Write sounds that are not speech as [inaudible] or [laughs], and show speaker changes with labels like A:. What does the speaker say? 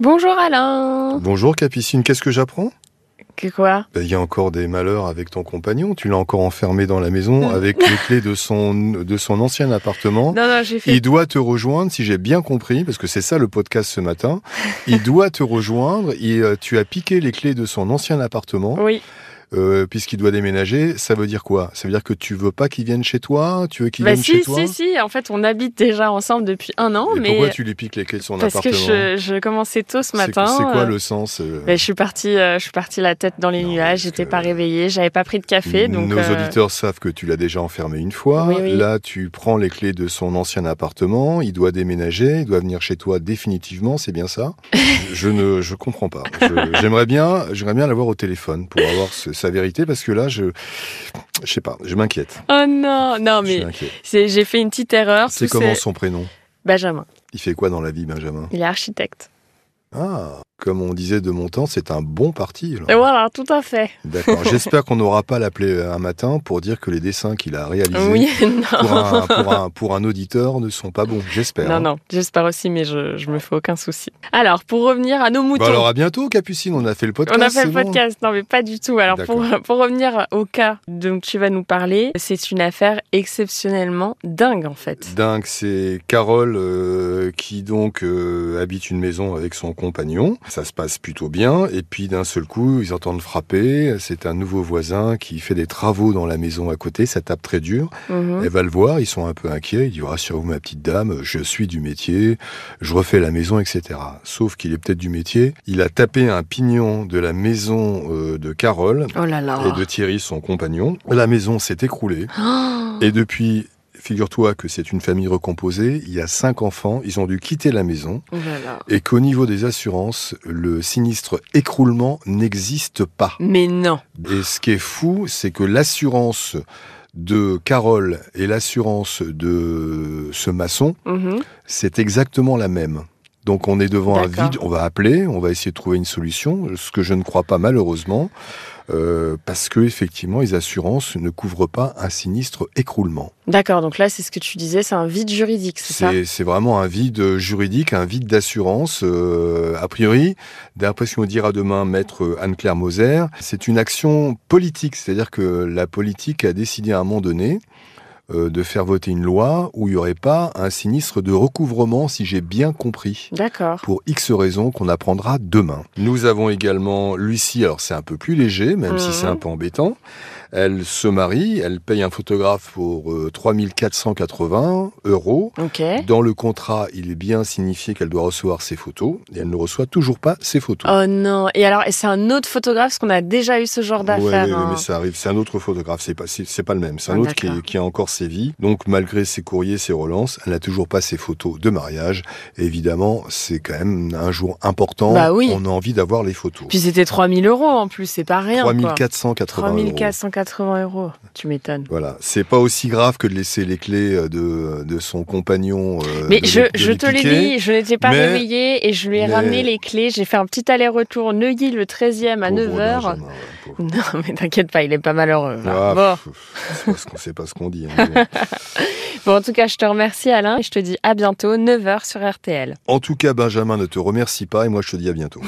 A: Bonjour Alain
B: Bonjour Capucine, qu'est-ce que j'apprends
A: Que quoi
B: Ben, Il y a encore des malheurs avec ton compagnon, tu l'as encore enfermé dans
A: [laughs]
B: la maison avec les clés de son, de son ancien appartement.
A: Non, non, j'ai fait...
B: Il doit te rejoindre, si j'ai bien compris, parce que c'est ça le podcast ce matin.
A: [laughs]
B: Il doit te rejoindre, il, euh, tu as piqué les clés de son ancien appartement,
A: Oui,
B: euh, puisqu'il doit déménager. Ça veut dire quoi Ça veut dire que tu veux pas qu'il vienne chez toi Tu veux qu'il
A: bah
B: vienne chez
A: si,
B: toi
A: si, si, en fait on habite déjà ensemble depuis un an,
B: Et
A: mais
B: Pourquoi tu lui piques les clés de son
A: parce que je,
B: appartement
A: je commençais tôt ce
B: C'est-
A: matin.
B: C'est quoi
A: euh,
B: le sens euh,
A: bah, je suis partie, euh, je suis partie la tête dans les
B: Non,
A: nuages,
B: parce
A: j'étais
B: que-
A: pas réveillée, j'avais pas pris de café, donc
B: Nos
A: euh,
B: auditeurs savent que tu l'as déjà enfermé une fois.
A: Oui, oui.
B: Là, tu prends les clés de son ancien appartement. Il doit déménager. Il doit venir chez toi définitivement. C'est
A: [laughs]
B: bien ça Je ne, je comprends pas. Je- J'aimerais bien, j'aimerais bien l'avoir au téléphone pour avoir ce- sa vérité parce que là, je, je sais pas, je m'inquiète.
A: Oh non, non
B: Je
A: mais
B: m'inquiète.
A: c'est- j'ai fait une petite erreur.
B: C'est
A: tout
B: comment son prénom
A: Benjamin,
B: Il fait quoi dans la vie, Benjamin
A: il est architecte.
B: Ah, comme on disait de mon temps, c'est un bon parti. alors.
A: Et voilà, tout à fait. [laughs]
B: D'accord. J'espère qu'on n'aura pas l'appeler un matin pour dire que les dessins qu'il a réalisés.
A: Oui, [laughs]
B: pour
A: non. [laughs]
B: un, pour un- pour un auditeur ne sont pas bons, j'espère. hein.
A: Non, non, j'espère aussi, mais je, je me fais aucun souci. Alors, pour revenir à nos moutons.
B: Bah alors à bientôt Capucine, on a fait le podcast.
A: On a fait le
B: c'est bon
A: podcast, non mais pas du tout. Alors pour, pour revenir au cas dont tu vas nous parler, c'est une affaire exceptionnellement dingue en fait.
B: Dingue, c'est Carole euh, qui donc euh, habite une maison avec son compagnon. Ça se passe plutôt bien et puis d'un seul coup ils entendent frapper. C'est un nouveau voisin qui fait des travaux dans la maison à côté. Ça tape très dur.
A: Mhm.
B: Elle va le voir, ils sont un peu inquiets. Il dit rassurez-vous ma petite dame, je suis du métier, je refais la maison, etc. Sauf qu'il est peut-être du métier. Il a tapé un pignon de la maison euh, de Carole
A: Oh là là.
B: et de Thierry, son compagnon. La maison s'est écroulée.
A: Oh,
B: Et depuis, figure-toi que c'est une famille recomposée. Il y a cinq enfants. Ils ont dû quitter la maison.
A: [gasps] oh là là.
B: Et qu'au niveau des assurances, le sinistre écroulement n'existe pas.
A: Mais non.
B: Et ce qui est fou, c'est que l'assurance de Carole et l'assurance de ce maçon,
A: Mhm.
B: c'est exactement la même. Donc on est devant un
A: D'accord.
B: vide, on va appeler, on va essayer de trouver une solution, ce que je ne crois pas malheureusement, euh, parce que effectivement les assurances ne couvrent pas un sinistre écroulement.
A: D'accord, donc là c'est ce que tu disais, c'est un vide juridique, c'est ça
B: C'est c'est vraiment un vide juridique, un vide d'assurance. euh, a priori, d'après ce qu'on dira demain maître Anne-Claire Moser, c'est une action politique, c'est-à-dire que la politique a décidé à un moment donné euh, de faire voter une loi où il n'y aurait pas un sinistre de recouvrement, si j'ai bien compris
A: D'accord.
B: pour X raisons qu'on apprendra demain. Nous avons également Lucie, alors c'est un peu plus léger, même si
A: Mhm.
B: c'est un peu embêtant. Elle se marie, elle paye un photographe pour euh, 3480 euros.
A: Ok.
B: Dans le contrat, il est bien signifié qu'elle doit recevoir ses photos, et elle ne reçoit toujours pas ses photos.
A: Oh non. Et alors, et c'est un autre photographe, parce qu'on a déjà eu ce genre
B: Ouais,
A: d'affaire.
B: ouais,
A: hein.
B: mais ça arrive. C'est un autre photographe, c'est pas, c'est c'est pas le même. C'est un
A: Ah,
B: autre qui,
A: d'accord.
B: est- qui a encore sévi. Donc, malgré ses courriers, ses relances, elle n'a toujours pas ses photos de mariage. Et évidemment, c'est quand même un jour important.
A: Bah oui.
B: On a envie d'avoir les photos.
A: Puis c'était 3000 euros en plus, c'est pas rien. quoi.
B: 3480 euros.
A: 3480 euros. Tu m'étonnes.
B: Voilà, c'est pas aussi grave que de laisser les clés euh, de, de son compagnon. euh,
A: Mais
B: de
A: je,
B: les- de
A: je
B: les
A: te l'ai
B: piquer.
A: dit, je n'étais pas
B: mais-
A: réveillée et je lui ai
B: mais-
A: ramené les clés. J'ai fait un petit aller-retour Neuilly le 13e à
B: Pauvre
A: 9h.
B: Benjamin, ouais, pauvre.
A: [laughs] Non, mais t'inquiète pas, il est pas malheureux. là.
B: Ah,
A: Bah, Bon.
B: pff, c'est pas ce qu'on- C'est pas ce qu'on dit. hein,
A: [laughs]
B: mais bon.
A: bon, en tout cas, je te remercie Alain et je te dis à bientôt, 9h sur RTL.
B: En tout cas, Benjamin ne te remercie pas et moi je te dis à bientôt.